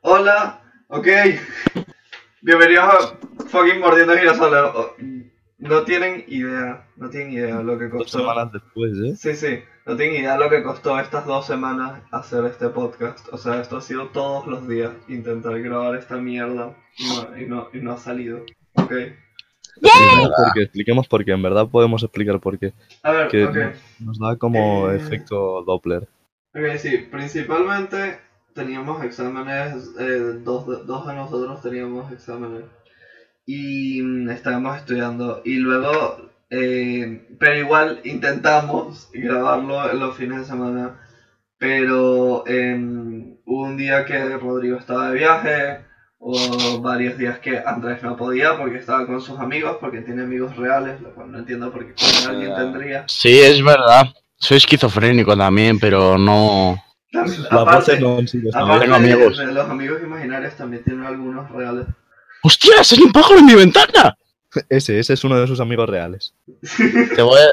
Hola, ok. Bienvenidos a fucking Mordiendo Girasoles. O- No tienen idea, no tienen idea lo que Dos costó. semanas después, ¿eh? Sí, sí, no tienen idea lo que costó estas dos semanas hacer este podcast. O sea, esto ha sido todos los días intentar grabar esta mierda y no, y no, y no ha salido. Ok. Expliquemos por qué, expliquemos por qué, en verdad podemos explicar por qué. A ver, Que ok. Nos da como Eh. efecto Doppler. Ok, sí, principalmente teníamos exámenes, eh, dos, de- dos de nosotros teníamos exámenes y mm, estábamos estudiando y luego, eh, pero igual intentamos grabarlo en los fines de semana, pero em, hubo un día que Rodrigo estaba de viaje o varios días que Andrés no podía porque estaba con sus amigos, porque tiene amigos reales, lo cual no entiendo por qué coño alguien Ah. tendría. Sí, es verdad. Soy esquizofrénico también, pero no. También- La aparte- parte no consigo Aparte saber. pues, tengo de- amigos. de los amigos imaginarios también tienen algunos reales. ¡Hostias! ¡Hay un pájaro en mi ventana! Ese, ese es uno de sus amigos reales. Te voy a,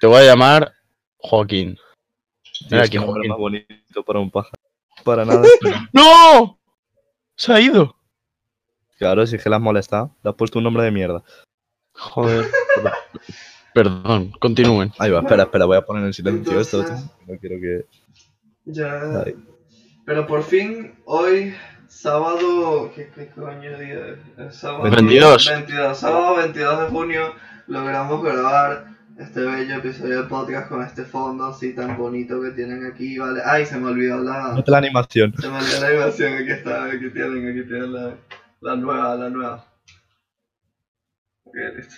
te voy a llamar Joaquín. Mira Es aquí, el nombre Joaquín. más bonito para un pájaro. Para nada. ¡No! Se ha ido. claro, si es que las molesta, le has puesto un nombre de mierda. Joder. Perdón, continúen. Ahí va, espera, espera, voy a poner en silencio esto. Entonces- No quiero que. Ya. Ay. Pero por fin, hoy, sábado. ¿Qué, qué coño día es? Es Pues sábado 22. 22, Sábado 22 de junio logramos grabar este bello episodio de podcast con este fondo así tan bonito que tienen aquí. Vale. Ay, se me olvidó la. Mete la animación. Se me olvidó la animación. Aquí está, aquí tienen, aquí tienen la, la nueva, la nueva. Ok, listo.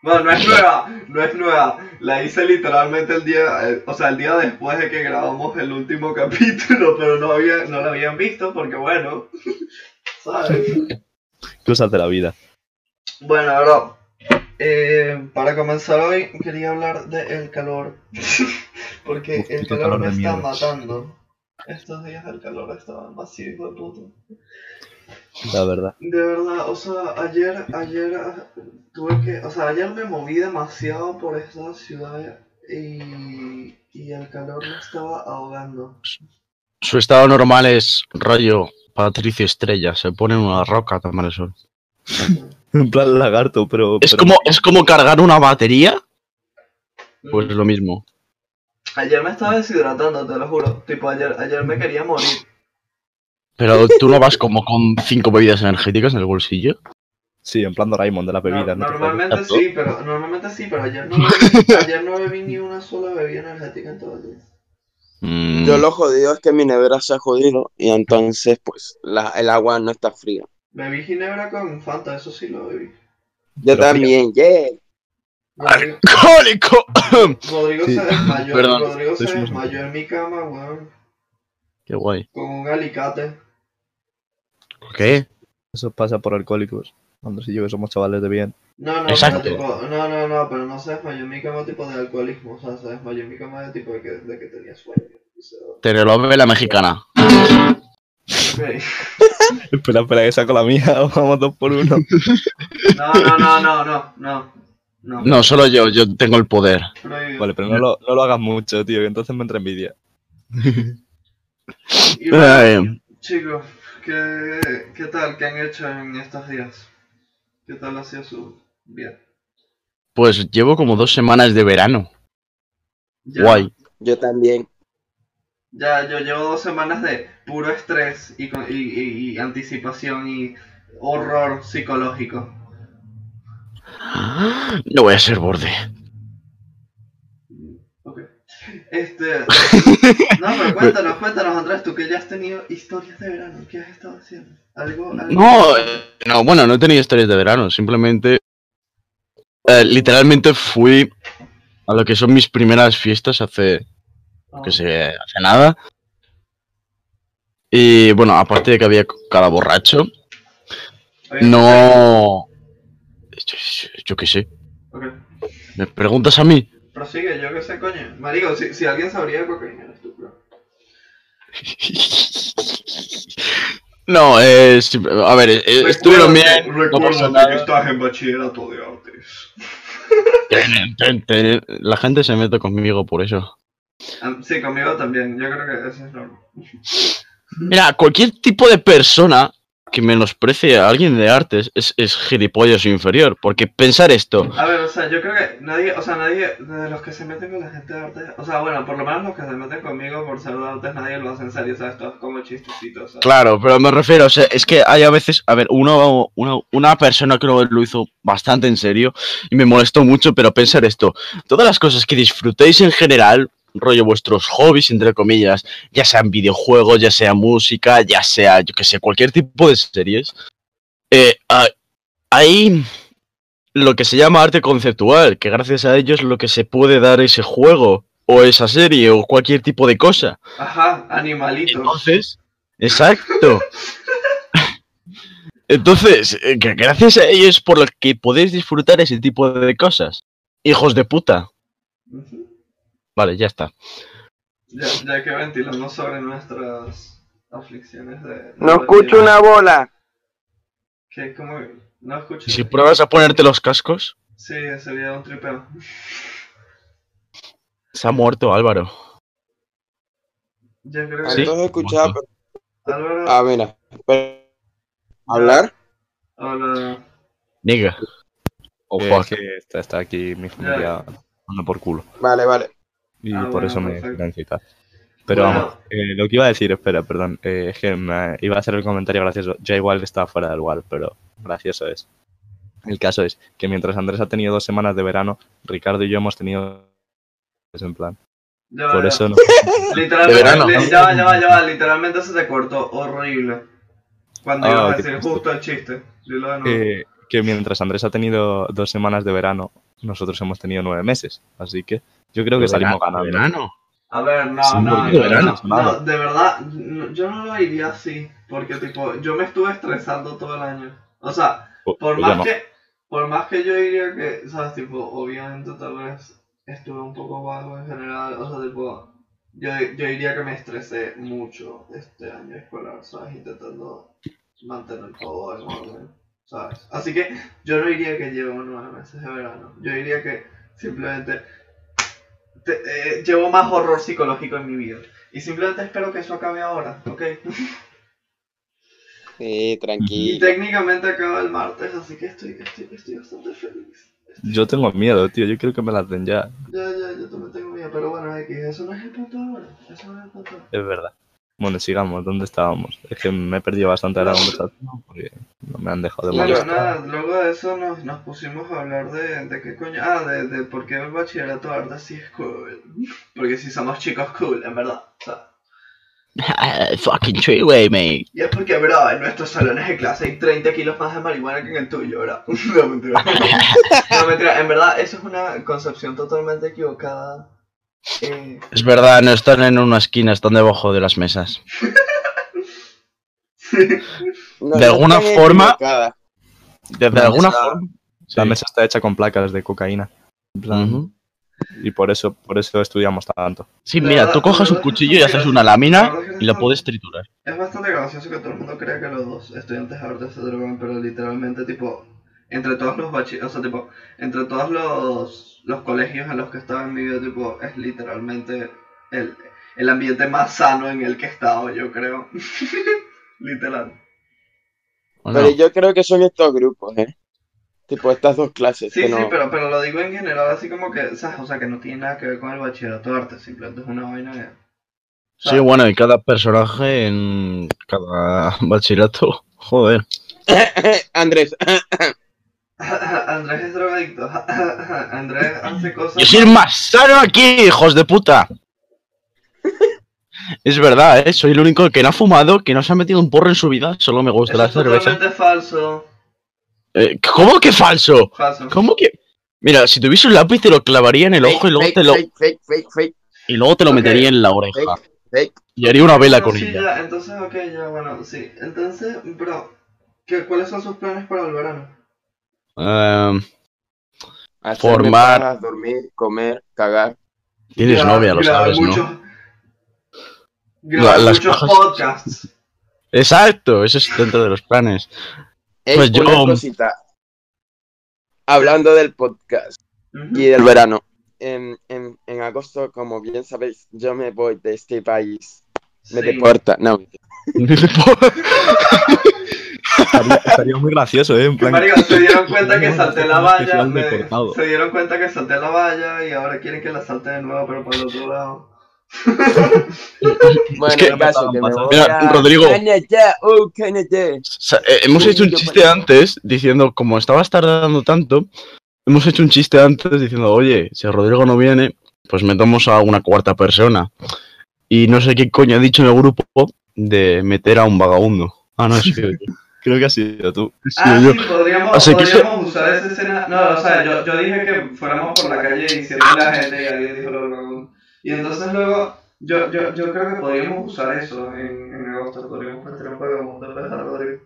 Bueno, no es nueva, no es nueva. La hice literalmente el día, eh, o sea, el día después de que grabamos el último capítulo, pero no, había, no la habían visto porque, bueno, ¿sabes? Cosas de la vida. Bueno, bro, eh, para comenzar hoy quería hablar del calor, porque Uf, el qué calor calor me de está mierda. matando. Estos días el calor estaba vacío, hijo de puta. La verdad. De verdad, o sea, ayer, ayer ah, tuve que, o sea, ayer me moví demasiado por esta ciudad y, y el calor me estaba ahogando. Su estado normal es rollo Patricio Estrella. Se pone en una roca a tomar el sol. En plan lagarto, pero. Es pero- como, es como cargar una batería. Pues lo mismo. Ayer me estaba deshidratando, te lo juro. Tipo, ayer, ayer me quería morir. Pero tú no vas como con cinco bebidas energéticas en el bolsillo. Sí, en plan Doraemon de la No- bebida. no te jodas. normalmente tanto. sí, pero normalmente sí, pero ayer no bebí, ayer no bebí ni una sola bebida energética en todo el día. Mm, Yo lo jodido es que mi nevera se ha jodido y entonces pues la- el agua no está fría. Bebí ginebra con Fanta, eso sí lo bebí. Yo Pero también, yeah. Rodrigo, ¡Cólico! Rodrigo Sí. se desmayó, Perdón. Rodrigo se Sí, sí, sí. desmayó en mi cama, weón, Qué guay. con un alicate. ¿Qué? Eso pasa por alcohólicos. Andrés y yo que somos chavales de bien. No, no, Exacto. pero tipo, no, no, no, pero no se desmayó en mi cama tipo de alcoholismo, o sea, se desmayó en mi cama de tipo de que, de que tenía sueño. o sea, Terelobe la mexicana. ok. Espera, espera, que saco la mía. Vamos dos por uno. No, no, no, no, no, no, no, No, solo yo, yo tengo el poder. prohibido. Vale, pero no lo, no lo hagas mucho, tío, que entonces me entra envidia. Y bueno, Eh, chicos, ¿qué, ¿qué tal? ¿Qué han hecho en estos días? ¿Qué tal ha sido su vida? pues llevo como dos semanas de verano. Ya- Guay. Yo también. Ya, yo llevo dos semanas de puro estrés y, con- y, y- y anticipación y horror psicológico. No voy a ser borde. Ok. Este. No, pero cuéntanos, cuéntanos, Andrés, tú que ya has tenido historias de verano, ¿qué has estado haciendo? ¿Algo? algo- No, eh, no, bueno, no he tenido historias de verano. Simplemente, eh, literalmente fui a lo que son mis primeras fiestas hace, Ah, que sé, hace nada. Y bueno, aparte de que había cada borracho, ok, no... Yo qué sé. ok. ¿Me preguntas a mí? Prosigue, yo qué sé, coño. Marico, si, si alguien sabría de cocaína, eres tú, bro. Eh, No, eh, sí, a ver, eh, estuvieron Recuérdate- bien. no recuérdate pasó nada. estás en bachillerato de artes. Ten, ten, ten. La gente se mete conmigo por eso. Ah, Sí, conmigo también, yo creo que eso es normal. Mira, cualquier tipo de persona que menosprecie a alguien de artes es, es gilipollas inferior. Porque pensar esto, A ver, o sea, yo creo que nadie, o sea, nadie de los que se meten con la gente de artes, o sea, bueno, por lo menos los que se meten conmigo por ser de artes, nadie lo hace en serio, o sea, esto es como chistecito, o sea. claro, pero me refiero, o sea, es que hay a veces, a ver, uno, uno- una persona que lo- lo hizo bastante en serio y me molestó mucho, pero pensar esto, todas las cosas que disfrutéis en general, rollo vuestros hobbies, entre comillas, ya sean videojuegos, ya sea música, ya sea, yo que sé, cualquier tipo de series, eh, ah, hay lo que se llama arte conceptual, que gracias a ello es lo que se puede dar ese juego, o esa serie, o cualquier tipo de cosa. Ajá, animalito. Entonces, exacto. Entonces, eh, que gracias a ellos es por lo que podéis disfrutar ese tipo de cosas. Hijos de puta. Ujú. Vale, ya está. Ya, ya que ventilamos sobre nuestras aflicciones de... de No escucho realidad. una bola. Que como... No escucho... Y si pruebas a ponerte los cascos, Sí, sería un tripeo. se ha muerto Álvaro. Yo creo que... Sí. Entonces escuchaba. Montón. Álvaro... Ah, mira. Pero- ¿Hablar? Hola. Nigga. Oh, O Eh, fuck. es que está, está aquí mi familia anda por culo. Vale, vale. Y Ah, por bueno, eso me perfecto. silencio y tal. Pero Bueno. vamos, eh, lo que iba a decir, espera, perdón. eh, es que me- iba a hacer el comentario gracioso. Ya igual está fuera del lugar, pero gracioso es. El caso es que mientras Andrés ha tenido dos semanas de verano, Ricardo y yo hemos tenido. Es en plan. Ya va, Por Ah, ya eso no. va. Literalmente... De verano. li- Ya va, ya va, ya va. Literalmente se te cortó horrible. Cuando Ah, ibas a qué decir triste. justo el chiste. Dilo de nuevo. Eh, Que, eh, que mientras Andrés ha tenido dos semanas de verano, nosotros hemos tenido nueve meses. Así que yo creo que salimos ganando. Verano. A ver, no, Sí, no, muy no, verano, no, sonado. no, de verdad, no, yo no lo iría así, porque tipo, yo me estuve estresando todo el año. O sea, O- por o más Oh, pues ya no. que, por más que yo diría que, sabes, tipo, obviamente tal vez estuve un poco bajo en general, o sea, tipo, yo, yo diría que me estresé mucho este año escolar, sabes, intentando mantener todo en orden, sabes. Así que yo no diría que llevo nueve meses de verano, yo diría que simplemente te- eh, llevo más horror psicológico en mi vida. Y simplemente espero que eso acabe ahora, ¿ok? Sí, Y tranquilo. técnicamente acaba el martes, así que estoy, estoy, estoy bastante feliz. Yo tengo miedo, tío. Yo creo que me las den ya. Ya, ya, yo también tengo miedo, pero bueno, X, eso no es el punto ahora. Eso no es el punto ahora. Es verdad. Bueno, sigamos. ¿Dónde estábamos? Es que me he perdido bastante de la conversación porque no me han dejado de Bueno, molestar. nada, luego de eso nos, nos pusimos a hablar de, de qué coño. Ah, de, de por qué el bachillerato de arte sí es cool. Porque si somos chicos cool, en verdad. O sea, Ah, fucking tree way, mate. y es porque, bro, en nuestros salones de clase hay 30 kilos más de marihuana que en el tuyo, bro. No, mentira. No, mentira, en verdad, eso es una concepción totalmente equivocada. Eh, Es verdad, no están en una esquina, están debajo de las mesas. No, De no alguna están forma- equivocadas. De, De alguna forma. La Sí. mesa está hecha con placas de cocaína. En plan, Ujú. Y por eso, por eso estudiamos tanto. Sí, La mira, verdad- tú coges la un verdad es que cuchillo y no haces quiero- una la lámina verdad es que y la no- puedes triturar. Es bastante gracioso que todo el mundo crea que los dos estudiantes de arte se drogan, pero literalmente, tipo, entre todos los bachi, o sea, tipo, entre todos los, los colegios en los que estaba en mi vida, tipo, es literalmente el, el ambiente más sano en el que he estado, yo creo. Literal. ¿o no? Pero yo creo que son estos grupos, ¿eh? Tipo estas dos clases. Sí, que sí, no- pero, pero lo digo en general, así como que, ¿sabes? O sea, que no tiene nada que ver con el bachillerato de arte, simplemente es una vaina de... Sí, bueno, y cada personaje en cada bachillerato. Joder. Andrés, Andrés es drogadicto. Andrés hace cosas... Yo soy el más sano aquí, hijos de puta. Es verdad, ¿eh? soy el único que no ha fumado, que no se ha metido un porro en su vida, solo me gusta Eso la es cerveza. totalmente falso. Eh, ¿Cómo que falso? Falso. ¿Cómo que...? Mira, si tuviese un lápiz te lo clavaría en el ojo y luego fake, te lo, fake, fake, fake, fake, y luego te lo Ok. metería en la fake, oreja. fake. Y haría una vela Bueno, con sí, ella. ya, entonces, ok, ya, bueno, sí. Entonces, bro, ¿qué, ¿cuáles son sus planes para el verano? Em, Hacerme Formar. pajas, dormir, comer, cagar. Tienes Grabar- novia, lo grabar sabes, ¿no? muchos- Grabar La- las muchos pajas. podcasts. Exacto, eso es dentro de los planes. Ey, Pues yo- una cosita. Hablando del podcast. Ujú. y del verano. En, en, en agosto, como bien sabéis, yo me voy de este país Me Sí. te porta. No. Estaría, estaría muy gracioso, ¿eh? En plan, Marico, Pues, se dieron cuenta que Tenemos salté un la valla. especial de me- cortado. se dieron cuenta que salté la valla y ahora quieren que la salte de nuevo, pero por el otro lado. Bueno, que- el caso que me voy Mira, a- Rodrigo. Cállate, oh, cállate. Sa- eh, hemos Sí, hecho un yo chiste pensé. antes diciendo, como estabas tardando tanto, hemos hecho un chiste antes diciendo, oye, si Rodrigo no viene, pues metamos a una cuarta persona. Y no sé qué coño ha dicho en el grupo de meter a un vagabundo. Ah, no, sí, yo. creo que ha sido tú. he sido Ah, yo. sí, podríamos, O sea, que eso- podríamos usar esa escena. No, o sea, yo, yo dije que fuéramos por la calle y hicieron la gente y alguien dijo lo vagabundo. Y entonces luego, yo, yo, yo creo que podríamos usar eso en, en agosto. Podríamos meter un vagabundo en vez de Rodrigo.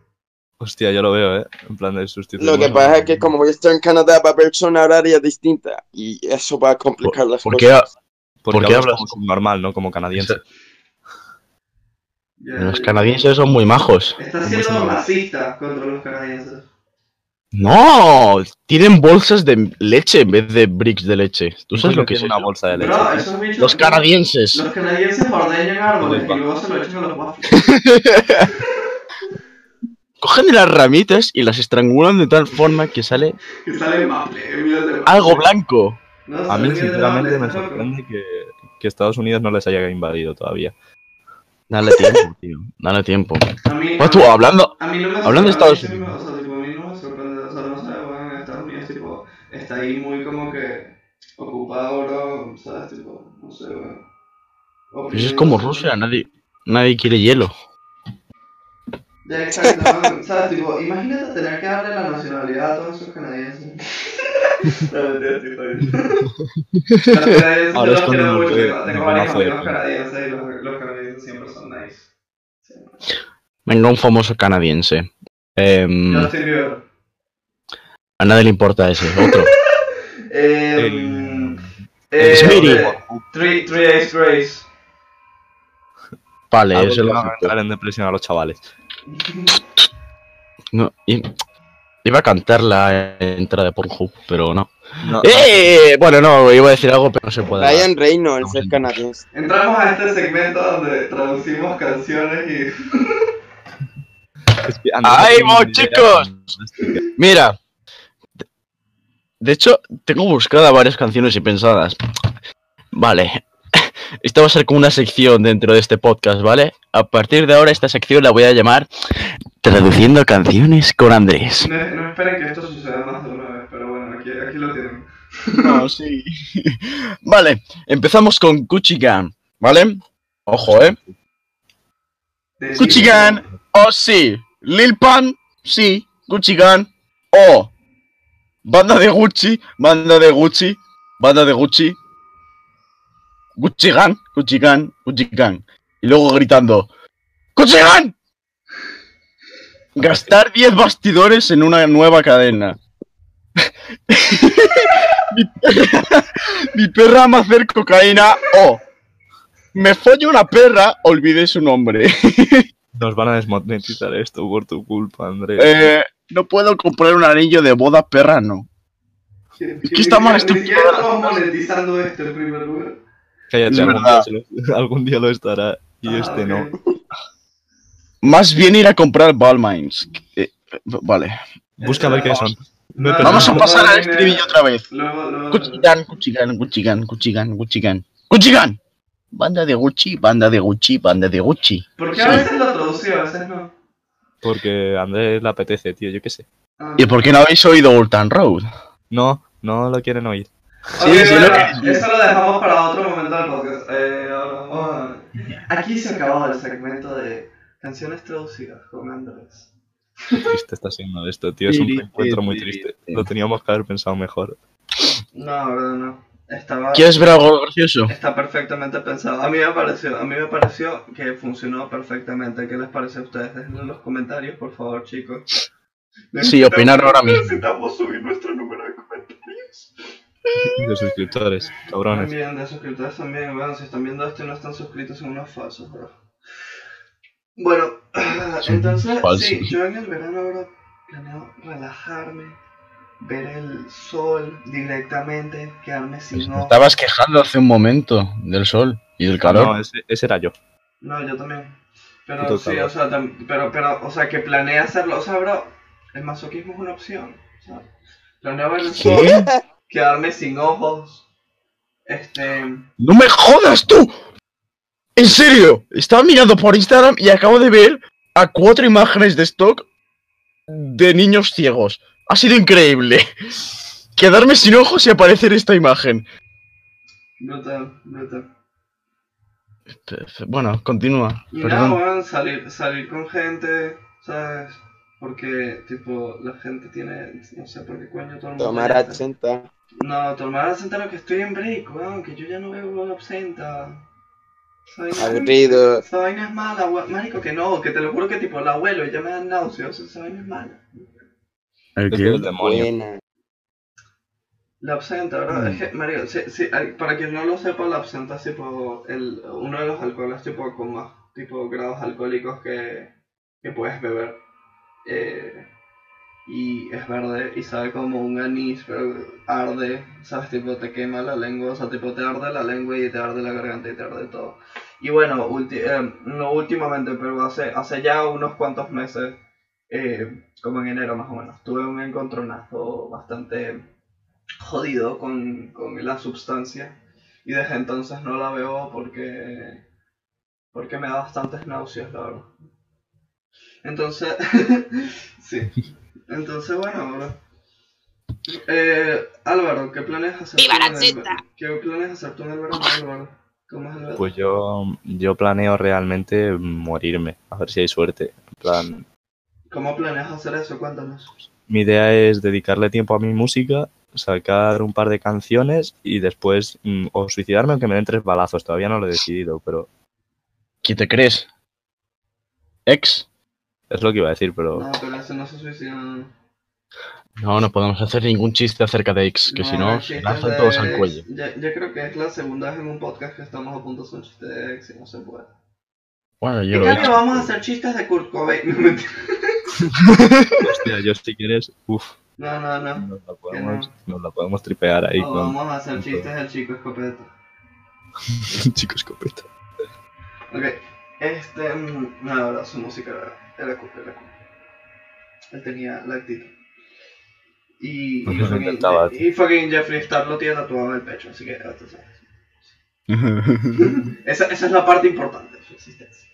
Hostia, yo lo veo, ¿eh? En plan de sustituto. Lo que pasa es que como voy a estar en Canadá va a haber zona horaria distinta y eso va a complicar las ¿Por qué cosas. Porque ¿por qué hablas hablas? como normal, ¿no? Como canadiense. Ya, Los ya. canadienses son muy majos. Está Muy siendo similar. racista contra los canadienses. No, tienen bolsas de leche en vez de bricks de leche. ¿Tú sabes lo que es una eso? bolsa de leche? No, esos bichos. Los canadienses. Los canadienses ordeñan árboles y luego se lo echan a los waffles. Cogen de las ramitas y las estrangulan de tal forma que sale Que sale maple. eh, mira, de- algo blanco. No, A sale mí, de sinceramente, maple, me está loco. sorprende que, que Estados Unidos no les haya invadido todavía. Dale tiempo, tío. Dale tiempo. A mí, Pues tú, hablando. a mí no me hablando de sorprende, Estados a mí sí me- O sea, tipo, a mí no me sorprende. O sea, no sé, bueno, en Estados Unidos, tipo, está ahí muy como que ocupado, bro. ¿Sabes? Tipo, no sé, bueno. Pues es como Rusia, nadie, nadie quiere hielo. Ya, exacto, ¿no? ¿sabes? Tipo, imagínate tener que darle la nacionalidad a todos esos canadienses. No, mentira, sí, está bien. Los canadienses Ahora yo es los cuando quiero me mucho, fue- tengo- me tengo fue varios mazo de amigos pan. canadienses y los, los canadienses siempre son nice. Sí. Venga, un famoso canadiense. Em, Yo los sirvió. a nadie le importa ese, otro. Eh, el Smitty. eh, Three, three Days Grace. Vale, Algo ese que lo van a entrar en depresión a los chavales. no, i- Iba a cantar la entrada de Pornhub, pero no. No, ¡Eh! Bueno, no, iba a decir algo, pero no se puede. Ryan Reynolds es canadiense. Entramos a este segmento donde traducimos canciones y. es que Andrés ¡Ahí no voy, tiene chicos! idea. Mira. De hecho, tengo buscada varias canciones y pensadas. Vale. Esta va a ser como una sección dentro de este podcast, ¿vale? A partir de ahora esta sección la voy a llamar Traduciendo canciones con Andrés. No, no esperen que esto suceda más de una vez, pero bueno, aquí, aquí lo tienen. No, sí. Vale, empezamos con Kuchigan, ¿vale? Ojo, ¿eh? De- Kuchigan, oh sí. Lil Pan, sí. Kuchigan, oh. Banda de Gucci, banda de Gucci, banda de Gucci. Gucci-gan, Gucci-gan, Gucci-gan. Y luego gritando, ¡Gucci-gan! Gastar 10 bastidores en una nueva cadena. mi, perra, mi perra ama hacer cocaína, oh. Me follo una perra, olvidé su nombre. Nos van a desmonetizar esto por tu culpa, Andrés. Eh, no puedo comprar un anillo de boda perra, no. Es que está mal Ni estúpido. siquiera estamos monetizando esto en primer lugar. Cállate, es algún día, verdad. se lo- algún día lo estará y Ah, este no. ok. Más bien ir a comprar Balmines. Eh, eh, vale. Busca a ver qué son. No he Vamos Vamos a pensado- pasar al estribillo otra vez. Luego, luego. Gucci-gan, Gucci-gan, Gucci-gan, Gucci-gan, Gucci-gan. ¡Gucci-gan! Banda de Gucci, banda de Gucci, banda de Gucci. ¿Por qué a veces lo traducí, a veces no? Porque a Andrés le apetece, tío, yo qué sé. Ah. ¿Y por qué no habéis oído Old Town Road? No, no lo quieren oír. Ok, Sí, sí, bueno, lo que- Eso lo dejamos para otro momento del podcast. Eh, ahora vamos a- Aquí se acabó el segmento de canciones traducidas con Andrés. Triste está siendo esto, tío. Es un Tiri, encuentro muy tiri, triste. tiri. Lo teníamos que haber pensado mejor. No, verdad, no. Estaba, ¿Quieres ver algo gracioso? está perfectamente pensado. A mí me pareció, a mí me pareció que funcionó perfectamente. ¿Qué les parece a ustedes? Déjenlo en los comentarios, por favor, chicos. Sí, opinar ahora mismo. Necesitamos subir nuestro número de comentarios. De suscriptores, cabrones. También, de suscriptores también, bueno, si están viendo esto y no están suscritos son unos falsos, bro. Bueno, Son entonces, falsos. sí, yo en el verano ahora planeo relajarme, ver el sol directamente, quedarme sin ojos. Estabas quejando hace un momento del sol y del calor. No, ese, ese era yo. No, yo también. Pero Puto sí, cabrón. o sea, tam- pero, pero, o sea, que planea hacerlo. O sea, bro, el masoquismo es una opción. O sea, planeo ver el sol, quedarme sin ojos. Este. ¡No me jodas tú! En serio, estaba mirando por Instagram y acabo de ver a cuatro imágenes de stock de niños ciegos. Ha sido increíble. Quedarme sin ojos y aparecer esta imagen. Brutal, brutal. Pe- fe- Bueno, continúa. Y nada, Perdón. weón, salir, salir con gente, ¿sabes? Porque, tipo, la gente tiene. No sé por qué coño todo el mundo. Tomar ya- absenta. No, tomar absenta lo que estoy en break, weón, que yo ya no veo absenta. Soy- Aburrido. Esa vaina es mala, gua- marico, que no, que te lo juro que tipo la abuelo y ya me dan náuseas, esa vaina es mala. Es que el demonio. Buena. La absenta, ¿verdad? Mm. Es que, marico, sí- sí, hay- para quien no lo sepa, la absenta es tipo el, uno de los alcoholes tipo con más tipo grados alcohólicos que, que puedes beber. Eh, y es verde y sabe como un anís, pero arde, ¿sabes? Tipo te quema la lengua, o sea, tipo te arde la lengua y te arde la garganta y te arde todo. Y bueno, ulti- eh, no últimamente, pero hace, hace ya unos cuantos meses, eh, como en enero más o menos, tuve un encontronazo bastante jodido con, con la sustancia. Y desde entonces no la veo porque, porque me da bastantes náuseas, la verdad. Entonces, sí. Entonces, bueno, ahora. Eh, Álvaro, ¿qué planes hacer tú ¡Viva la en el Z! ver- ¿Qué planes hacer tú en el verano, Álvaro? ¿Cómo es el verano? Pues yo, yo planeo realmente morirme, a ver si hay suerte. En plan, ¿Cómo planeas hacer eso? Cuéntanos. mi idea es dedicarle tiempo a mi música, sacar un par de canciones y después mm, o suicidarme o que me den tres balazos. Todavía no lo he decidido, pero ¿Quién te crees? ¿Ex? es lo que iba a decir, pero No, pero eso no se suicida. no. No, no podemos hacer ningún chiste acerca de ex, que si no, es se que este lanzan es todos de- al cuello. Yo, yo creo que es la segunda vez en un podcast que estamos a punto de hacer un chiste de ex y no se puede. Bueno, yo En lo he cambio, hecho. vamos a hacer chistes de Kurt Cobain. No, mentira. hostia, yo si quieres, uff, no, no. no. nos la podemos, nos la podemos tripear ahí O con vamos a hacer chistes del chico escopeta. chicos copeta. Ok, este. mm, Nada, ahora su música era, era cool, era cool. Él tenía la actitud. Y, Pues y, Lo fucking, intentaba, y fucking Jeffrey Star lo tiene tatuado en el pecho, así que ya tú sabes. Esa, esa es la parte importante de su existencia.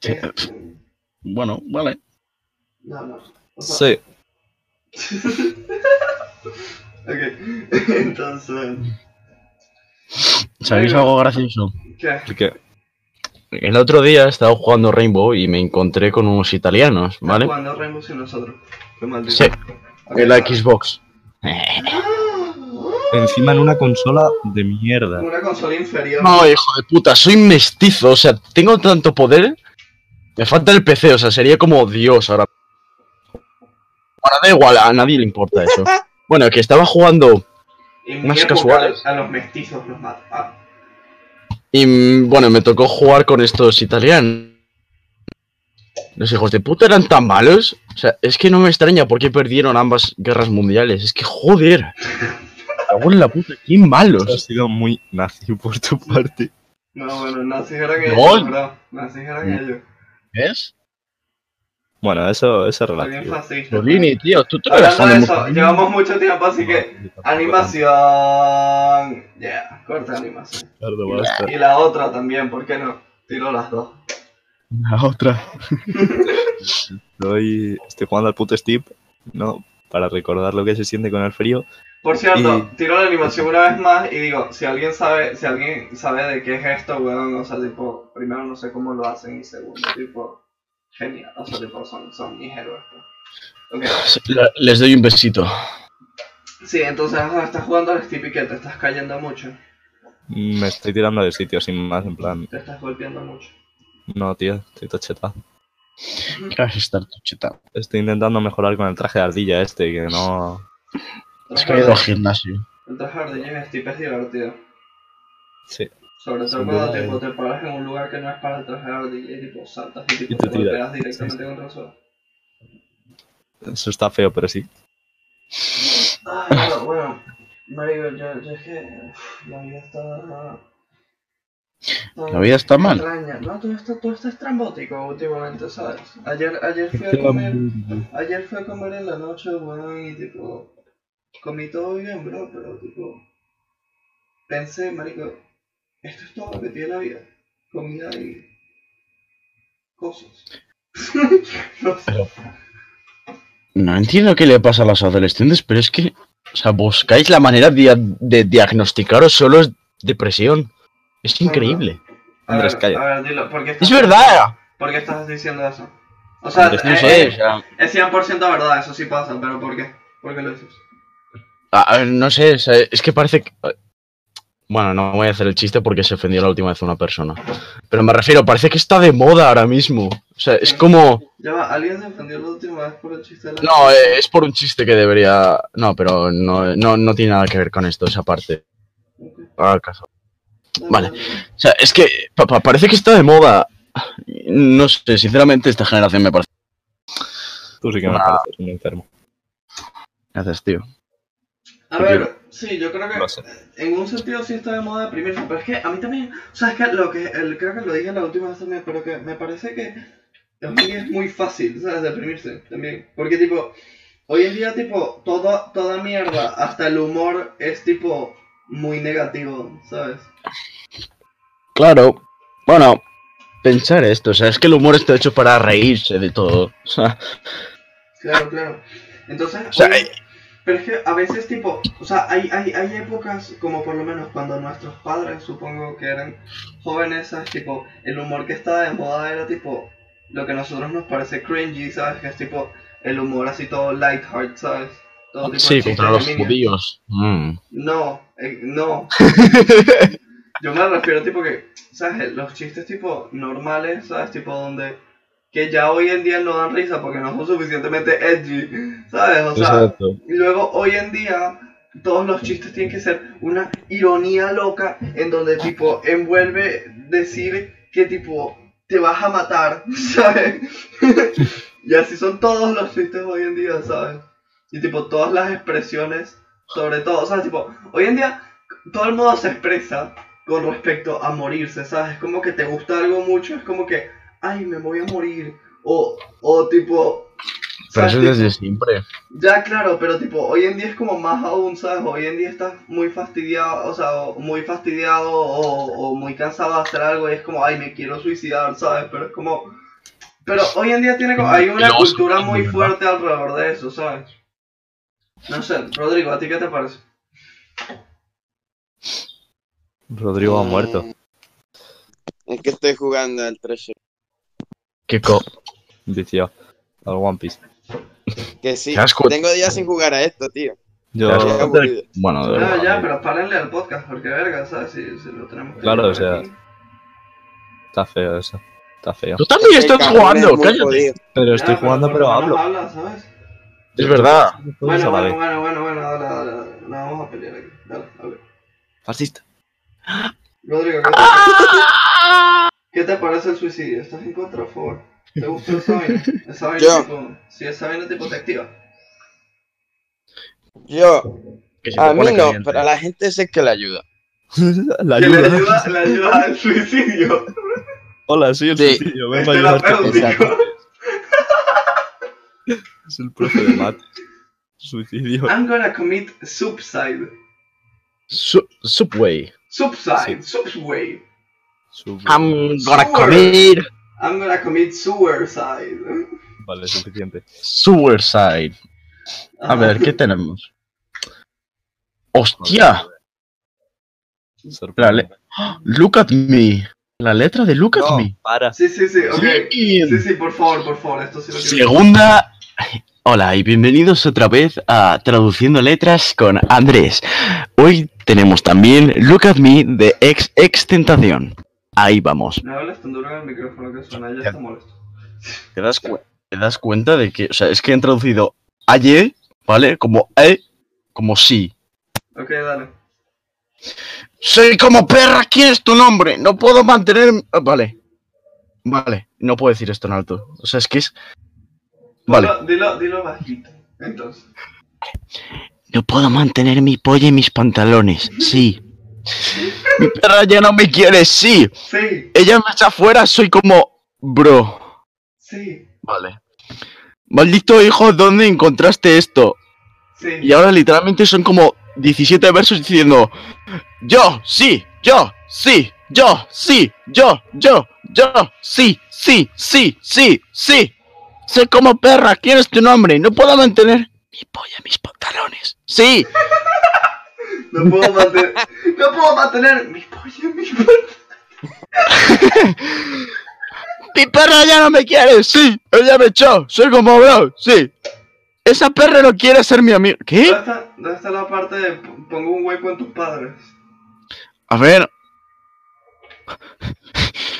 Sí. Este, Bueno, vale. No, no. O sea, Sí, Ok, entonces. ¿Sabéis Venga. algo gracioso? ¿Qué? porque El otro día estaba jugando Rainbow y me encontré con unos italianos, ¿vale? Cuando Rainbow sin nosotros. Qué maldito. Sí, Ok, en la ahora. Xbox. Ah, encima en una consola de mierda. Una consola inferior. No, hijo de puta, soy mestizo, o sea, tengo tanto poder. Me falta el PC, o sea, sería como Dios ahora. Ahora da igual, a nadie le importa eso. Bueno, que estaba jugando Y unas mierda, casuales. A los mestizos los mata. Ah, y mm, bueno, me tocó jugar con estos italianos. Los hijos de puta eran tan malos. O sea, es que no me extraña por qué perdieron ambas guerras mundiales. Es que joder. Cago en la puta, qué Eso ha malos. sido muy nazi por tu parte. no, bueno, nazis eran ellos, Gol. bro. Nazis eran Mm. ellos. ¿Ves? Bueno, eso, eso es Soy bien relativo. fascista. Solini, tío, tú te lo Hablando de dejas eso, llevamos mucho tiempo, así que. Animación. Ya, corta animación. Ricardo, Y la- basta. Y la otra también, ¿por qué no? Tiro las dos. La otra. Estoy, estoy jugando al puto Steve, ¿no? Para recordar lo que se siente con el frío. Por cierto, Y- tiro la animación una vez más y digo, si alguien sabe, si alguien sabe de qué es esto, weón, o sea, tipo, primero no sé cómo lo hacen y segundo, tipo, genial, o sea, tipo, son, son mis héroes. pues. Ok, Le- Les doy un besito. sí, entonces, ajá, estás jugando al Steep y que te estás cayendo mucho, Me estoy tirando de sitio sin más, en plan, te estás golpeando mucho. no, tío, estoy tocheta. ¿Qué vas a estar tú, cheta? Estoy intentando mejorar con el traje de ardilla este, que no. Has caído al gimnasio. El traje de ardillas Steep es divertido. Sí. Sobre todo Sin cuando duda, tipo, eh. te paras en un lugar que no es para el traje de ardilla y tipo saltas y tipo Y te te golpeas tiras. directamente Sí, contra el suelo. Eso está feo, pero sí. Ay, bueno, bueno, Mario, yo, yo es que uf, la vida está La vida está mal. Extraña. No, todo está, todo está estrambótico últimamente, ¿sabes? Ayer, ayer fui a comer, ayer fui a comer en la noche, weón, y tipo, comí todo bien, bro, pero tipo, pensé, marico, esto es todo lo que tiene la vida, comida y cosas. no sé. No entiendo qué le pasa a los adolescentes, pero es que, o sea, buscáis la manera dia- de diagnosticaros solo es depresión. Es increíble. A Andrés, ver, calla. A ver, dilo, ¿por qué estás, Es verdad. ¿por qué estás diciendo eso? O sea, Andrés, No eh, sé, eh, o sea, es 100% verdad, eso sí pasa, pero ¿por qué? ¿Por qué lo dices? a- a- no sé, o sea, es que parece que... Bueno, no voy a hacer el chiste porque se ofendió la última vez una persona. Pero me refiero, parece que está de moda ahora mismo. O sea, es como... Ya va, alguien se ofendió la última vez por el chiste de la... No, eh, es por un chiste que debería... No, pero no, no, no tiene nada que ver con esto, esa parte. Ok, Ah, caso. no, vale. no, no. O sea, es que pa- pa- parece que está de moda. No sé, sinceramente esta generación me parece... Tú sí que me Nah. Ah. pareces un enfermo. Gracias, tío. A Yo ver, sí, yo creo que Lo sé. en un sentido sí está de moda deprimirse, pero es que a mí también, o sea, es que lo que, el- creo que lo dije la última vez también, pero que me parece que hoy en día es muy fácil, ¿sabes? Deprimirse también, porque tipo, hoy en día tipo, toda, toda mierda, hasta el humor es tipo muy negativo, ¿sabes? Claro. Bueno, pensar esto, o sea, es que el humor está hecho para reírse de todo. O sea, Claro, claro. Entonces, O sea, eh, oye, hay- pero es que a veces tipo, o sea, hay, hay, hay épocas como por lo menos cuando nuestros padres, supongo que eran jóvenes, ¿sabes? Tipo, el humor que estaba de moda era tipo lo que a nosotros nos parece cringy, ¿sabes? Que es tipo el humor así todo lightheart, ¿sabes? Todo tipo de sí, chistes contra de los niños. judíos. Mm. No, eh, no. Yo me refiero tipo que, ¿sabes? Los chistes tipo normales, ¿sabes? Tipo donde... Que ya hoy en día no dan risa porque no son suficientemente edgy, ¿sabes? O sea, Exacto. y luego hoy en día todos los chistes tienen que ser una ironía loca en donde tipo envuelve decir que tipo te vas a matar, ¿sabes? y así son todos los chistes hoy en día, ¿sabes? Y tipo todas las expresiones, sobre todo, ¿sabes? Tipo, hoy en día todo el mundo se expresa con respecto a morirse, ¿sabes? Es como que te gusta algo mucho, es como que, ay, me voy a morir. O, o tipo... Pero ¿sabes? eso Tipo, es desde siempre. ya, claro, pero tipo, hoy en día es como más aún, ¿sabes? Hoy en día estás muy fastidiado, o sea, o muy fastidiado o, o muy cansado de hacer algo y es como, ay, me quiero suicidar, ¿sabes? Pero es como... Pero hoy en día tiene como, hay una Y luego se cultura ofende, muy ¿verdad? fuerte alrededor de eso, ¿sabes? No sé, Rodrigo, ¿a ti qué te parece? Rodrigo ha muerto. Mm, Es que estoy jugando al Treasure. Qué co... Dicio. Al One Piece. Que sí. Qué asco. Tengo días sin jugar a esto, tío. Yo, Qué Qué asco. aburrido. Bueno, de Ah, verdad. ya, pero párenle al podcast, porque verga, ¿sabes? Si, si lo tenemos que Claro, llevar o sea, aquí. está feo eso. Está feo. Tú también El estás cabrón jugando, es muy cállate. jodido. Pero Ya, estoy jugando, por pero lo menos hablo. habla, ¿sabes? Es verdad. Bueno, bueno, bueno, bueno, bueno, dale, dale, dale, no vamos a pelear aquí, dale, dale. Fascista. Rodrigo, ¿qué te, ¿qué te parece el suicidio? ¿Estás en contra, por favor? ¿Te gusta esa vaina? Esa vaina Yo. tipo, si esa vaina tipo te activa. Yo, Que se a te mí pone no, caliente. pero a la gente es el que le ayuda. La Que le ayuda. ayuda, le ayuda al suicidio. Hola, soy el Sí. suicidio. Es Vengo a ayudarte. terapéutico. Es el profe de mate. Suicidio. Ah. I'm gonna commit subside. Su- Subway. Subside, subway. Sub- I'm Sewer. gonna commit I'm gonna commit suicide. Vale, suficiente. suicide. A ver, ¿qué tenemos? ¡Hostia! Sorprende. Dale. Look at me. La letra de Look at No, me. para. Sí, sí, sí, ok. Bien. Sí, sí, por favor, por favor, esto sí lo quiero. Segunda. Hola y bienvenidos otra vez a Traduciendo Letras con Andrés. Hoy tenemos también Look at Me de Ex Ex Tentación. Ahí vamos. No hables tan duro en el micrófono que suena, ya está molesto. ¿Te das, cu- te das cuenta de que, o sea, es que han traducido ayer, ¿vale? Como e, como sí. Ok, dale. Soy como perra, ¿quién es tu nombre? No puedo mantener. ah, Vale. Vale, no puedo decir esto en alto. O sea, es que es. Vale. Dilo, dilo, dilo bajito. Entonces. No puedo mantener mi polla y mis pantalones. Sí. Mi perra ya no me quiere, sí. Sí, Ella me echa fuera, soy como, bro. sí, Vale. Maldito hijo, ¿dónde encontraste esto? sí. Y ahora literalmente son como 17 versos diciendo, yo, sí, yo, sí, yo, sí, yo, yo, yo, sí, sí, sí, sí, sí. Sé como perra, ¿quién es tu nombre? No puedo mantener mi polla en mis pantalones. Sí. No puedo mantener. no puedo mantener mi polla, mi polla. Mi perra ya no me quiere, sí. Ella me echó, soy como bro, sí. Esa perra no quiere ser mi amiga. ¿Qué? ¿Dónde está, dónde está la parte de p- pongo un hueco en tus padres? A ver.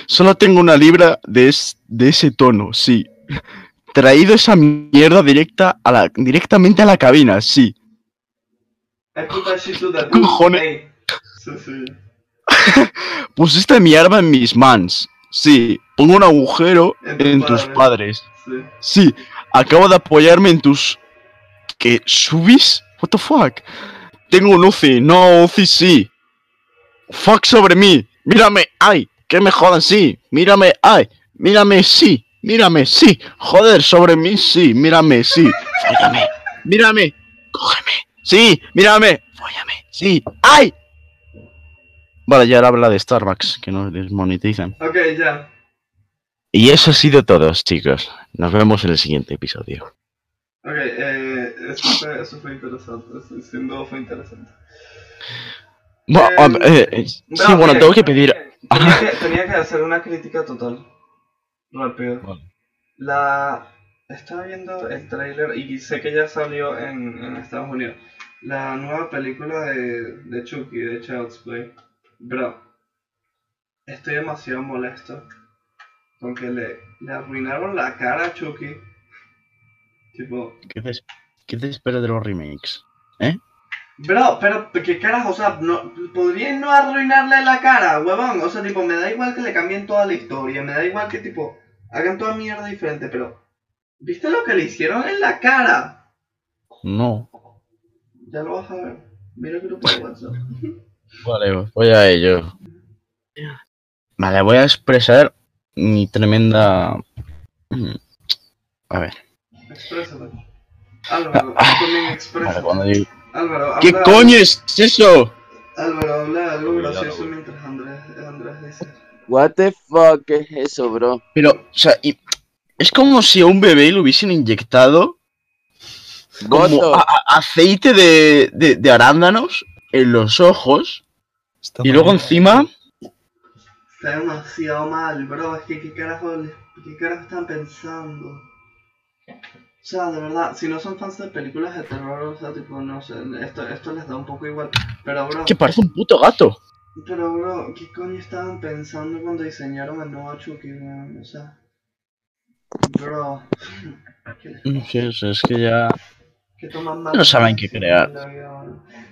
Solo tengo una libra de, es- de ese tono, sí. Traído esa mierda directa a la, directamente a la cabina, sí. I put that shit to the cojones? Ey. Sí, sí. Pusiste mi arma en mis mans, sí. Pongo un agujero En en, tus tus padres. padres, Sí. sí. Acabo de apoyarme en tus... ¿Qué? ¿Subis? What the fuck? Tengo un UCI, no UCI, sí. Fuck sobre mí, mírame, ay, que me jodan, sí. Mírame, ay, mírame, sí. Mírame, sí. Joder, sobre mí, sí. Mírame, sí. Fóllame, mírame, cógeme, sí. Mírame, fóllame, sí. Ay. Vale, ya ahora habla de Starbucks, que nos desmonetizan. Ok, ya. Y eso ha sido todo, chicos. Nos vemos en el siguiente episodio. Ok, eh, eso, fue, eso fue interesante. Eso, sin duda fue interesante. Bueno, Eh, eh, eh, sí, Pero, bueno, mire, tengo que pedir. Tenía que, tenía que hacer una crítica total. Rápido. Vale. La. Estaba viendo el tráiler y sé que ya salió en, en Estados Unidos. La nueva película de, de Chucky, de Child's Play. Bro, estoy demasiado molesto con que le, le arruinaron la cara a Chucky. Tipo, ¿Qué te, qué te esperas de los remakes? Bro, pero qué carajo, o sea, no, podrían no arruinarle la cara, huevón. O sea, tipo, me da igual que le cambien toda la historia, me da igual que tipo, hagan toda mierda diferente, pero. ¿Viste lo que le hicieron en la cara? No. Ya lo vas a ver. Mira el grupo de WhatsApp. Vale, voy a ello. Vale, voy a expresar mi tremenda. A ver. Exprésate. Álvaro, tú también Vale, exprésate. cuando digo- Álvaro, habla, ¿Qué coño es eso? Álvaro, habla de algo Cuidado, gracioso güey. mientras Andrés, Andrés dice. What the fuck es eso, bro? Pero, o sea, y- es como si a un bebé le hubiesen inyectado como Goto. a- a- aceite de, de- de arándanos en los ojos Esta y luego mañana- encima. Está demasiado mal, bro. Es que qué carajo, les- qué carajo están pensando. O sea, de verdad, si no son fans de películas de terror, o sea, tipo, no sé, esto, esto les da un poco igual. Pero, bro, Que parece un puto gato. pero, bro, ¿qué coño estaban pensando cuando diseñaron el nuevo Chucky, weón? O sea, bro, ¿qué, No sé, o sea, es que ya. qué toman mal? No saben qué crear.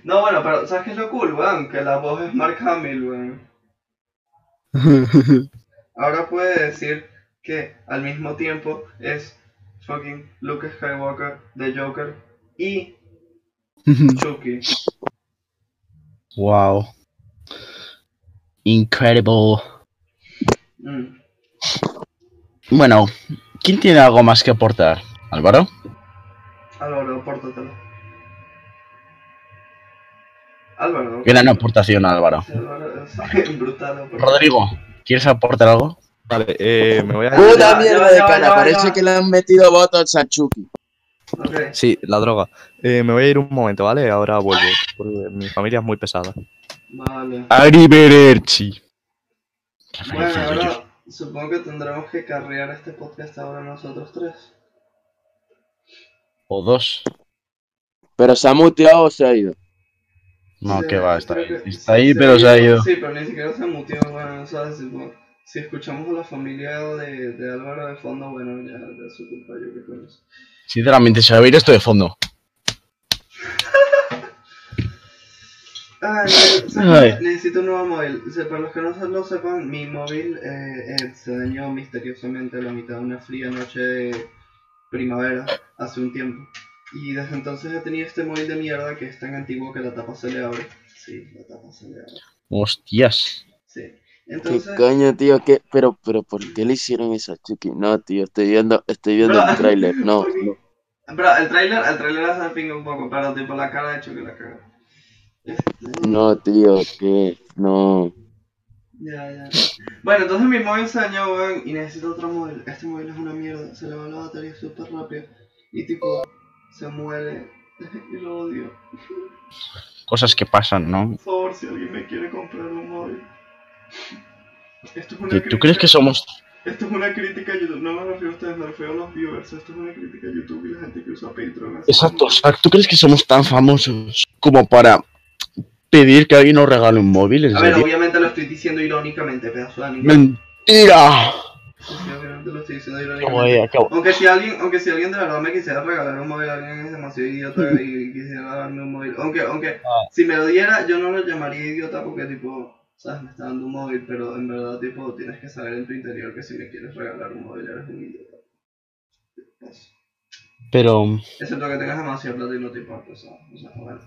No, bueno, pero, ¿sabes qué es lo cool, weón? Que la voz es Mark Hamill, weón. Ahora puede decir que al mismo tiempo es fucking Luke Skywalker, The Joker y Chucky. wow. Incredible. Mm. Bueno, ¿quién tiene algo más que aportar? ¿Álvaro? Álvaro, apórtatelo. Álvaro. Gran aportación, Álvaro. Sí, Álvaro es brutal. apórtatelo. Rodrigo, ¿quieres aportar algo? Vale, eh, me voy a... Puta Ya, mierda ya, de ya, cara, ya, parece ya. que le han metido botox a Chucky. Ok. Sí, la droga. Eh, me voy a ir un momento, ¿vale? Ahora vuelvo. Porque mi familia es muy pesada. Vale. Ah, Arrivederci. Bueno, ahora supongo que tendremos que carrear este podcast ahora nosotros tres. O dos. Pero se ha muteado o se ha ido. No, Sí, que creo va, está ahí. que- Está ahí, sí, pero sí, se ha ido. Sí, pero ni siquiera se mutió, bueno, ¿sabes? Tipo, si escuchamos a la familia de, de Álvaro de fondo, bueno, ya de su culpa, yo qué coño. sé. Sinceramente, se va a oír esto de fondo. Ay, ¿sabes qué? necesito un nuevo móvil. O sea, para los que no se- lo sepan, mi móvil eh, eh, se dañó misteriosamente a la mitad de una fría noche de primavera hace un tiempo. Y desde entonces he tenido este móvil de mierda que es tan antiguo que la tapa se le abre. Sí, la tapa se le abre. Hostias. Sí. ¿Qué Entonces, coño, tío? ¿Qué? Pero, pero, ¿por qué le hicieron eso a Chucky? No, tío, estoy viendo, estoy viendo Bro. el tráiler. No, no. pero el trailer, el trailer hace pinga un poco, pero tipo la cara de Chucky la caga. Este, No, tío, que no. ya, ya. Bueno, entonces mi móvil se dañó, weón, y necesito otro móvil. Este móvil es una mierda, se le va la batería súper rápido. Y tipo, se muere. y lo odio. Cosas que pasan, ¿no? Por favor, si alguien me quiere comprar un móvil. Esto es una ¿Tú, tú crítica- crees que somos Esto es una crítica a YouTube. No me refiero a ustedes, me refiero a los viewers. Esto es una crítica a YouTube y la gente que usa Patreon. Así Exacto, como- o sea, ¿tú crees que somos tan famosos como para pedir que alguien nos regale un móvil? ¿En A ver, serio? obviamente lo estoy diciendo irónicamente, pedazo de animal. ¡Mentira! Sí, obviamente lo estoy diciendo Como irónicamente. ahí acabo. Aunque si alguien, aunque si alguien de verdad me quisiera regalar un móvil, alguien es demasiado idiota y quisiera darme un móvil. Aunque, aunque si me lo diera, yo no lo llamaría idiota porque tipo, sabes, me está dando un móvil, pero en verdad tipo tienes que saber en tu interior que si me quieres regalar un móvil eres un idiota. Eso. Pero, Excepto que tengas demasiado plata y no te importa, o sea, o sea, bueno.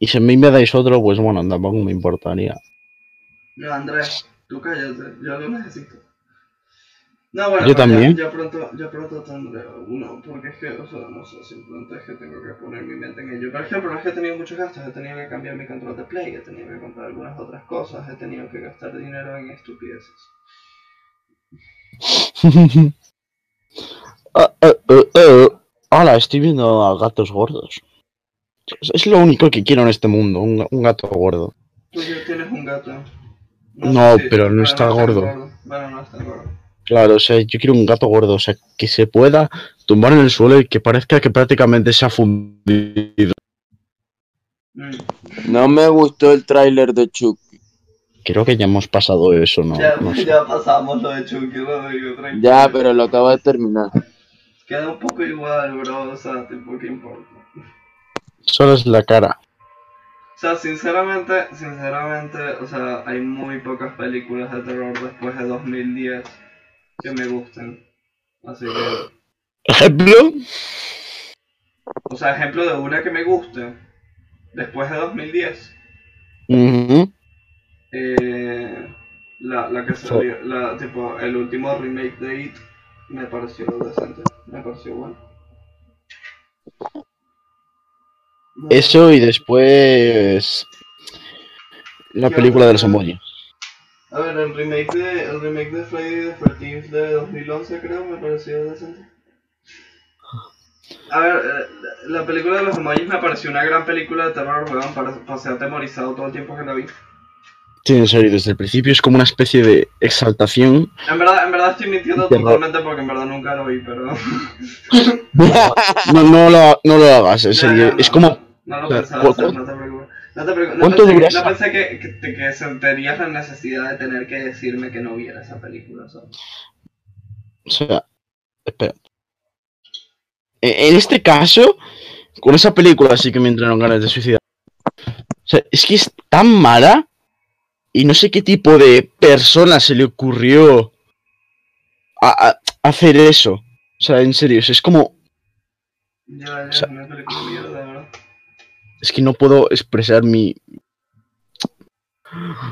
y si a mí me dais otro, pues bueno, tampoco me importaría. No, Andrés, tú cállate, yo lo necesito. No, bueno, Yo pero ya- también. Ya, pronto, ya pronto tendré uno, porque es que, o sea, no sé, simplemente es que tengo que poner mi mente en ello. Por ejemplo, es que he tenido muchos gastos, he tenido que cambiar mi control de play, he tenido que comprar algunas otras cosas, he tenido que gastar dinero en estupideces. Ah, ah, ah, ah. Hala, estoy viendo a gatos gordos. Es- Es lo único que quiero en este mundo, un, un gato gordo. Tú ya tienes un gato. No, sé si- pero no bueno, está gordo. Bueno, no está gordo. Claro, o sea, yo quiero un gato gordo, o sea, que se pueda tumbar en el suelo y que parezca que prácticamente se ha fundido. Mm. No me gustó el tráiler de Chucky. Creo que ya hemos pasado eso, ¿no? ya, No sé. ya pasamos lo de Chucky, Rodrigo, tranquilo. Ya, pero lo acabo de terminar. Queda un poco igual, bro, o sea, tipo, ¿qué importa? Solo es la cara. O sea, sinceramente, sinceramente, o sea, hay muy pocas películas de terror después de 2010 que me gusten. Así que, Ejemplo, o sea, ejemplo de una que me guste después de 2010, Ujú. eh, la, la que salió, la, tipo, el último remake de It me pareció decente, me pareció bueno. No, Eso y después la ¿Qué película otra? de los emojis. A ver, el remake de, el remake de Friday the 13th de 2011 creo, me pareció decente. A ver, eh, la la película de los emojis me pareció una gran película de terror, weón, para, pasé atemorizado todo el tiempo que la vi. Sí, en serio, desde el principio es como una especie de exaltación. En verdad, en verdad estoy mintiendo Terror. totalmente porque en verdad nunca lo vi, pero... No, no, lo, no lo hagas, en No, serio. no, Es no, como... No lo o sea, pensaba ¿cu- hacer, cu- no te preocupes. No te preocupes. No ¿cuánto pensé, que- duras? no pensé que, que, te- que sentirías la necesidad de tener que decirme que no viera esa película, ¿sabes? O sea, espera. E- En este caso, con esa película sí que me entraron ganas de suicidar. O sea, es que es tan mala y no sé qué tipo de persona se le ocurrió a- a- hacer eso. O sea, en serio, o sea, es como Ya, ya, sea- es una película mierda, ¿verdad? Es que no puedo expresar mi.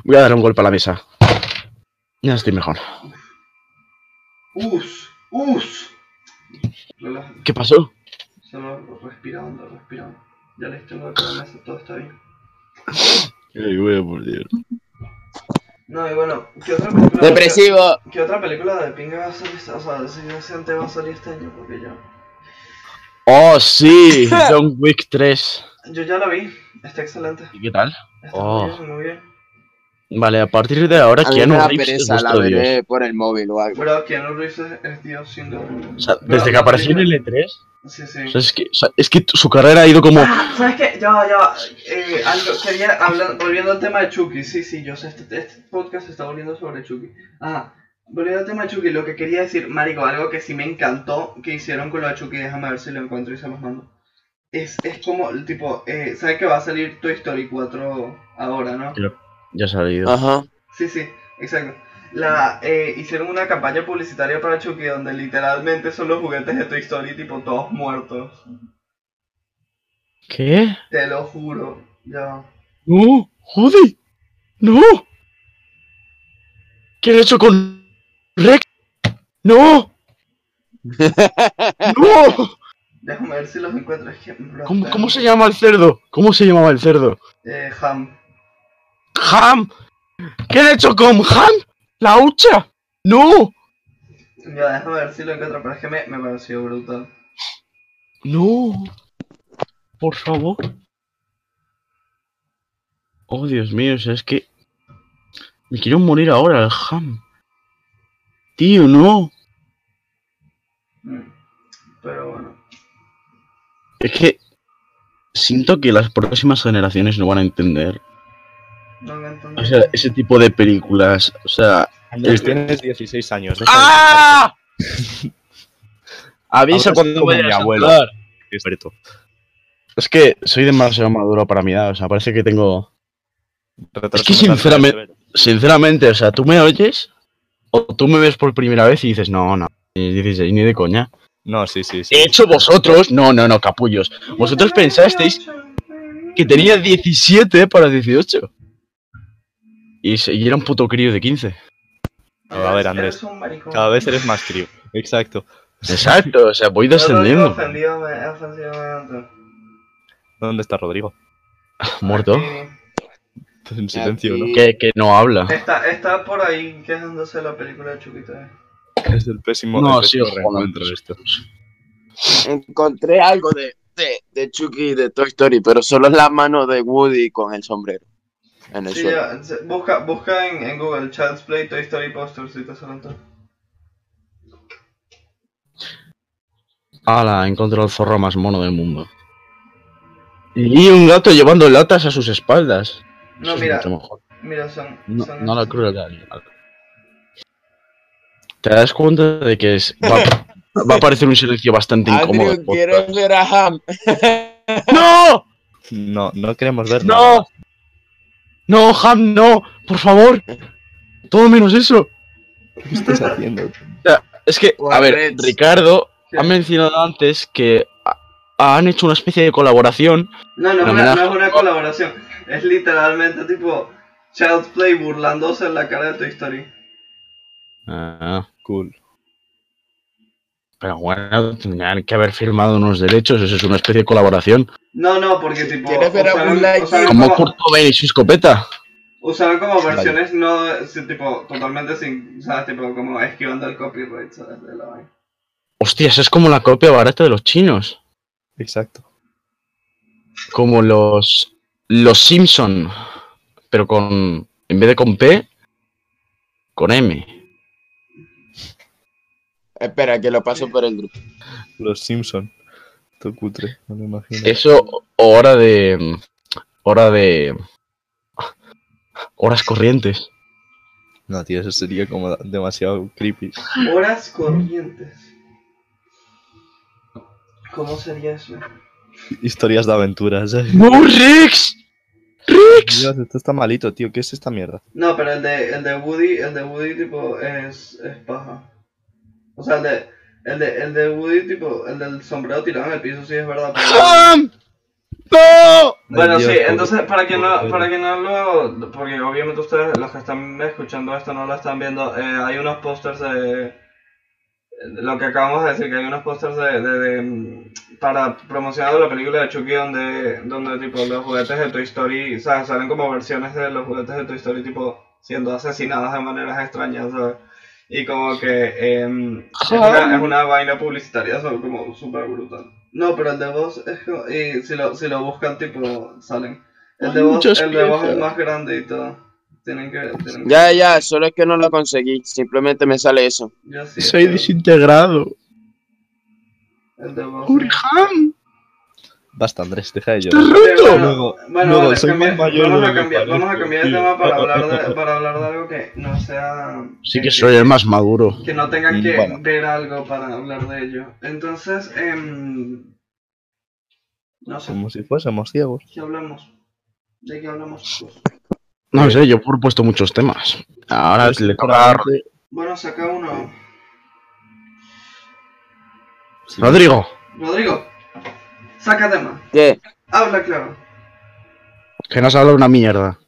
Voy a dar un golpe a la mesa. Ya estoy mejor. Us, us. Relájate, ¿Qué pasó? solo respirando, respirando. Ya les tengo acá la mesa, todo está bien. No, y bueno, ¿qué otra película, Depresivo. ¿qué otra película de pinga va a salir? esta- O sea, de Silvia Sante va a salir este año, porque ya. ¡Oh, sí! John Wick 3. Yo ya la vi, está excelente. ¿Y qué tal? Está Oh. muy bien, muy bien. Vale, a partir de ahora, A mí me Keanu da Reeves es pereza, la nuestro dios. veré por el móvil o algo. Bro, Keanu Reeves es, es Dios sin duda. O sea, desde que apareció en el E3, Sí, o sí. sea, es, que, o sea, es que su carrera ha ido como. Ah, ¿Sabes qué? Ya, va, ya. va. Eh, algo, quería hablar, volviendo al tema de Chucky. Sí, sí, yo sé, este, este podcast se está volviendo sobre Chucky. Ajá. Volviendo al tema de Chucky, lo que quería decir, Marico, algo que sí me encantó que hicieron con lo de Chucky, déjame ver si lo encuentro y se los mando. Es, es como, el tipo, eh, ¿sabes que va a salir Toy Story 4 ahora, no? Ya ha salido. Ajá. Sí, sí, exacto. La, eh, hicieron una campaña publicitaria para Chucky donde literalmente son los juguetes de Toy Story, tipo, todos muertos. ¿Qué? Te lo juro, ya. ¡No! ¡Joder! ¡No! ¿Qué he hecho con Rex? ¡No! ¡No! Déjame ver si los encuentro. Es que, bro, ¿Cómo, tengo- cómo se llama el cerdo? ¿Cómo se llamaba el cerdo? Eh, Ham. ¡Ham! ¿Qué he hecho con Ham? ¡La hucha! ¡No! Ya, déjame ver si lo encuentro, pero es que me, me pareció brutal. ¡No! Por favor. Oh, Dios mío, o sea, es que. Me quiero morir ahora, el ham. Tío, no. Mm. Pero bueno. Es que. Siento que las próximas generaciones no van a entender. No me entendí. O sea, ese tipo de películas. O sea. Andrés, tienes 16 años. deja de ¡Ah! Avisa Ahora cuando soy como vayas mi a abuelo. hablar. ser experto. Es que soy demasiado maduro para mi edad. O sea, parece que tengo. Retraso Es que mental sinceramente- severo. sinceramente, o sea, tú me oyes o tú me ves por primera vez y dices, no, no, ni 16, ni de coña. No, sí, sí, sí. De hecho, vosotros, no, no, no, capullos, vosotros pensasteis que tenía 17 para 18. Y, se- y era un puto crío de 15. A ver, Andrés, Eres un maricón. Cada vez eres más crío. Exacto. Exacto, o sea, voy Yo creo que descendiendo. ofendido me- ofensivo me ando. ¿Dónde está Rodrigo? Muerto. Aquí. En silencio, ¿no? Que, que no habla. Está, está por ahí quejándose de la película de Chuquita. Es el pésimo, No, el sí, pésimo os jodan. reencuentro esto. Encontré algo de, de, de Chucky de Toy Story, pero solo es la mano de Woody con el sombrero. En el Sí, suelo. ya, se- busca, busca en, en Google Child's Play Toy Story Posters si te salen todos. Ala, encontró el zorro más mono del mundo. Y un gato llevando latas a sus espaldas. Eso No, es mira, mucho mejor. mira, son. No, son no la estos. crueldad. animal. ¿Te das cuenta de que es, va, a- va a parecer un silencio bastante incómodo? Andrew, quiero ver a Ham. ¡No! No, no queremos ver nada. ¡No! ¡No, Ham, no! ¡Por favor! Todo menos eso. ¿Qué estás haciendo? Es que, a ver, Correcto. Ricardo Sí. ha mencionado antes que ha- han hecho una especie de colaboración. No, no, es No me una, da- no es una colaboración. Es literalmente tipo Child's Play burlándose en la cara de Toy Story. Ah, Cool. pero bueno, tendrían que haber firmado unos derechos. Eso es una especie de colaboración. No, no, porque tipo. ¿Quieres ver a usaron- Buzz Lightyear? usaron Como como- Kurt Cobain y su escopeta. Usaron como Vale. versiones no, de- sí, tipo, totalmente sin, ¿sabes? Tipo, como esquivando el copyright, ¿sabes? De la vaina. Hostias, es como la copia barata de los chinos. Exacto. como los los Simpson, pero con en vez de con P, con M. Espera, que lo paso por el grupo. Los Simpson. Todo cutre, no me imagino. Eh. Eso o hora de hora de horas corrientes. No, tío, eso sería como demasiado creepy. Horas corrientes. ¿Cómo sería eso? Historias de aventuras. ¿eh? ¡No, Rex! ¡Rex! Dios, esto está malito, tío. ¿Qué es esta mierda? No, pero el de, el de Woody, el de Woody tipo es, es paja. O sea, el de, el de, el de Woody tipo, el del sombrero tirado en el piso sí es verdad. pero- ¡Ham! ¡No! Bueno, Ay, Dios, sí, pobre- entonces para que no, pobre- para que no lo, porque obviamente ustedes los que están escuchando esto no lo están viendo, eh, hay unos pósters de, de lo que acabamos de decir, que hay unos pósters de, de- de, mm, para promocionar la película de Chucky donde, donde tipo los juguetes de Toy Story, o sea, salen como versiones de los juguetes de Toy Story tipo siendo asesinadas de maneras extrañas, ¿sabes? Y como que em, es, una, es una vaina publicitaria so- como súper brutal. No, pero el de vos es como- y si lo, si lo buscan tipo salen. El de Hay vos, muchas el de vos es piezas. más grande y todo. Tienen que, tienen que- Ya, ya, solo es que no lo conseguí. Simplemente me sale eso. Yo sí, Soy pero desintegrado. el de vos. ¡Pobre Ham! Basta, Andrés, deja de ¡Está llorar. roto! Bueno, Luego- bueno, luego, vale, soy más cambia- mayor vamos, de a lo que cambiar, vamos a parezco, cambiar el tío. tema para hablar, de, para hablar de algo que no sea... Sí que que- soy el más maduro. que no tengan que Mm, Bueno. ver algo para hablar de ello. Entonces, em, no sé, Como si fuésemos ciegos. ¿qué hablamos? ¿De qué hablamos? No sé, yo he propuesto muchos temas. Ahora Pues, le toca a Rod- Bueno, saca uno. Rodrigo. Rodrigo, saca tema. ¿Qué? Habla claro. Que no se habla una mierda.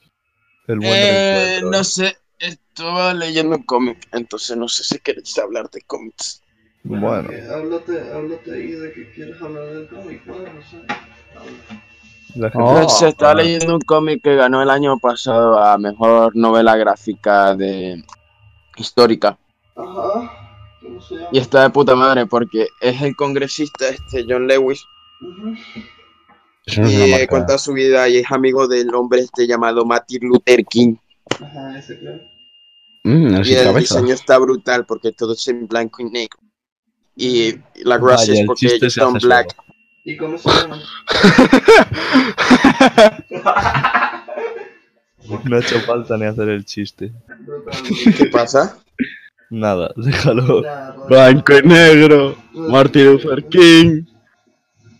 El buen Eh, reencuentro, no ¿eh? sé, estaba leyendo un cómic, entonces no sé si queréis hablar de cómics. Bueno. que háblate, háblate ahí de que quieres hablar del cómic, bueno, no sé. Habla. La gente- Oh. No sé, Pues estaba leyendo un cómic que ganó el año pasado a mejor novela gráfica de histórica. Ajá. ¿Cómo se llama? Y está de puta madre porque es el congresista este John Lewis Ujú. Eso no es y una eh, marca. cuenta su vida y es amigo del hombre este llamado Martin Luther King. Ajá, ese claro. Mm, el Y sin el cabeza. diseño está brutal porque todo es en blanco y negro. Y la gracia Vaya, es el porque chiste ellos se son hace black. ¿Y cómo se llama? solo. No ha hecho falta ni hacer el chiste. Brutal. ¿Qué pasa? Nada, déjalo. Nada, Rodrigo. Blanco y negro. pues, Martin Luther King.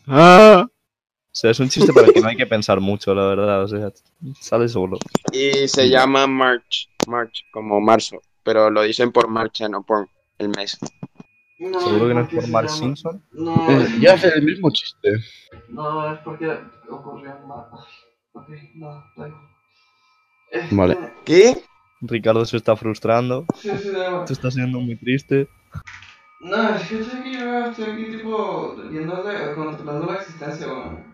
Ah. O sea, es un chiste para el que no hay que pensar mucho, la verdad. O sea, sale solo. Y se llama March, March, como marzo. Pero lo dicen por marcha, no por el mes. No, Seguro que no es porque por se Mark llama- Simpson. No, Eh, Ya hace el mismo chiste. no, es porque ocurrió en Mar- Ok, no, está bien. Este, Vale. ¿Qué? Ricardo se está frustrando. Sí, sí, da igual. Tú estás siendo muy triste. No, es que estoy aquí, yo estoy aquí tipo yéndole, contemplando la existencia, bueno,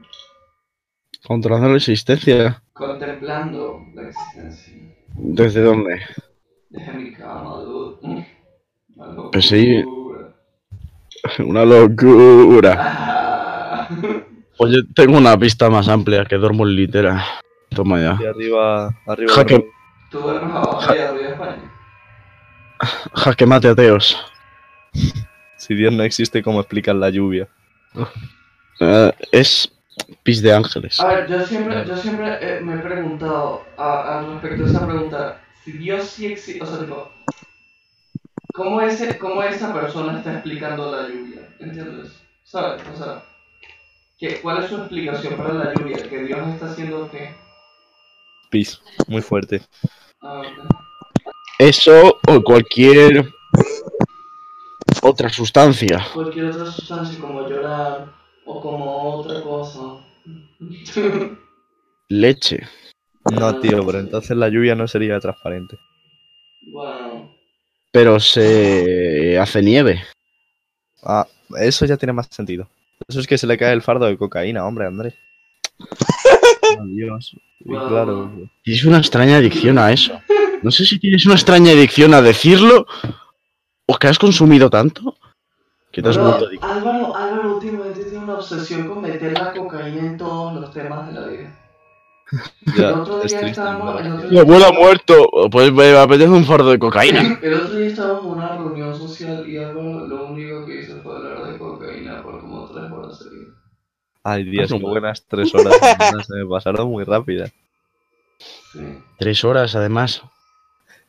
Controlando la existencia. contemplando la existencia. ¿Desde dónde? Dejé mi cama, dude. Una locura. Pues sí. Una locura. Ah. Pues yo tengo una pista más amplia que duermo en litera. Toma ya. Y arriba, arriba. Jaque, Tú duermes abajo y arriba España. jaque mate ateos. Si Dios no existe, ¿cómo explican la lluvia? Eh, es pis de ángeles. A ver, yo siempre, yo siempre eh, me he preguntado a- al respecto de esa pregunta, si Dios sí existe, o sea, tipo, ¿cómo, ese, ¿cómo esa persona está explicando la lluvia? ¿Entiendes? ¿Sabes? O sea, ¿qué, ¿cuál es su explicación para la lluvia? ¿Que Dios está haciendo qué? Pis, muy fuerte. Ah, ok. Eso o cualquier otra sustancia. Cualquier otra sustancia como llorar o como otra cosa. Leche. No, tío, pero entonces la lluvia no sería transparente. bueno, Pero se hace nieve. Ah, eso ya tiene más sentido. Eso es que se le cae el fardo de cocaína, hombre, Andrés. Adiós. Y claro. Tienes una extraña adicción a eso. No sé si tienes una extraña adicción a decirlo o que has consumido tanto que te has Bro, vuelto adicto. Álvaro, Álvaro últimamente tiene una obsesión con meter la cocaína en todos los temas de la vida. Ya, el otro es día triste, estábamos, el ¿verdad? otro Mi día, abuelo ha muerto. Pues me apetece un fardo de cocaína. el otro día estábamos en una reunión social y Álvaro lo único que hizo fue hablar de cocaína por como tres horas seguidas. Ay, Dios, Hazlo. qué buenas tres horas. Mira, Se me pasaron muy rápidas. Sí. Tres horas, además.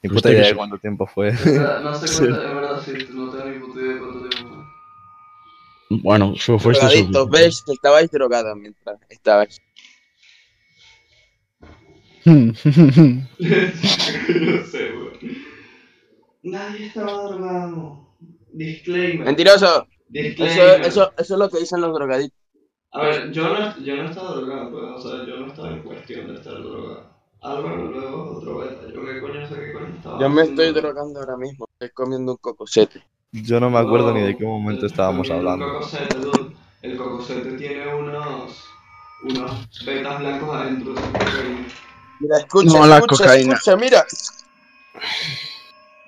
Ni Justo puta que idea de sí. cuánto tiempo fue. O sea, no sé Sí. cuánto, en verdad sí, no tengo ni puta idea de cuánto tiempo. fue. Bueno, su fuiste su- Drogadictos, ¿ves? Que Estabais drogados mientras estabais. no sé, weón. Nadie estaba drogado. Disclaimer. ¡Mentiroso! Eso, Disclaimer. eso, eso es lo que dicen los drogadictos. A ver, yo no, yo no estaba drogado, pues, o sea, yo no estaba en cuestión de estar drogado. Álvaro luego es otro beta, yo qué coño sé qué coño estaba. Yo me haciendo. estoy drogando ahora mismo. Estoy comiendo un cocosete. Yo no me acuerdo ni de qué Oh, momento el- estábamos el hablando. cocosete, dude. El cocosete tiene unos, unos betas blancos adentro. eso es cocaína. Mira, escucha, No, la escucha, cocaína. escucha, mira.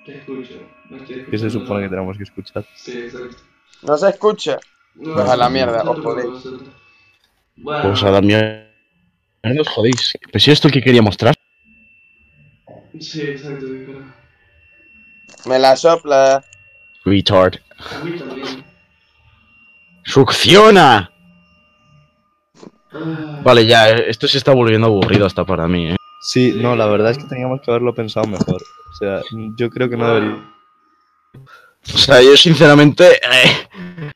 Te escucho, no estoy escuchando. ¿Qué se supone que nada. tenemos que escuchar? Sí, exacto. No se escucha. No, Pues a la no, mierda, no os te podéis. preocupes, no. Bueno, Pues a la mierda. No os jodéis. Pues si esto es el que quería mostrar. sí, exacto, sí, claro. Me la sopla. Retard. A mí también. ¡Succiona! Ah, Vale, ya, eh, esto se está volviendo aburrido hasta para mí, eh. Sí, no, la verdad es que teníamos que haberlo pensado mejor. O sea, yo creo que no debería. O sea, yo sinceramente. eh,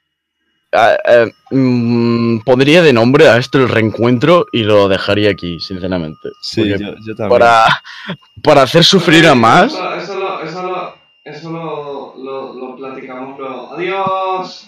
ah, eh, mm, pondría de nombre a esto el reencuentro y lo dejaría aquí, sinceramente. Sí, Porque yo, yo también. para, para hacer sufrir a más. Eso, eso lo, eso lo, eso lo, lo, lo platicamos luego. Adiós.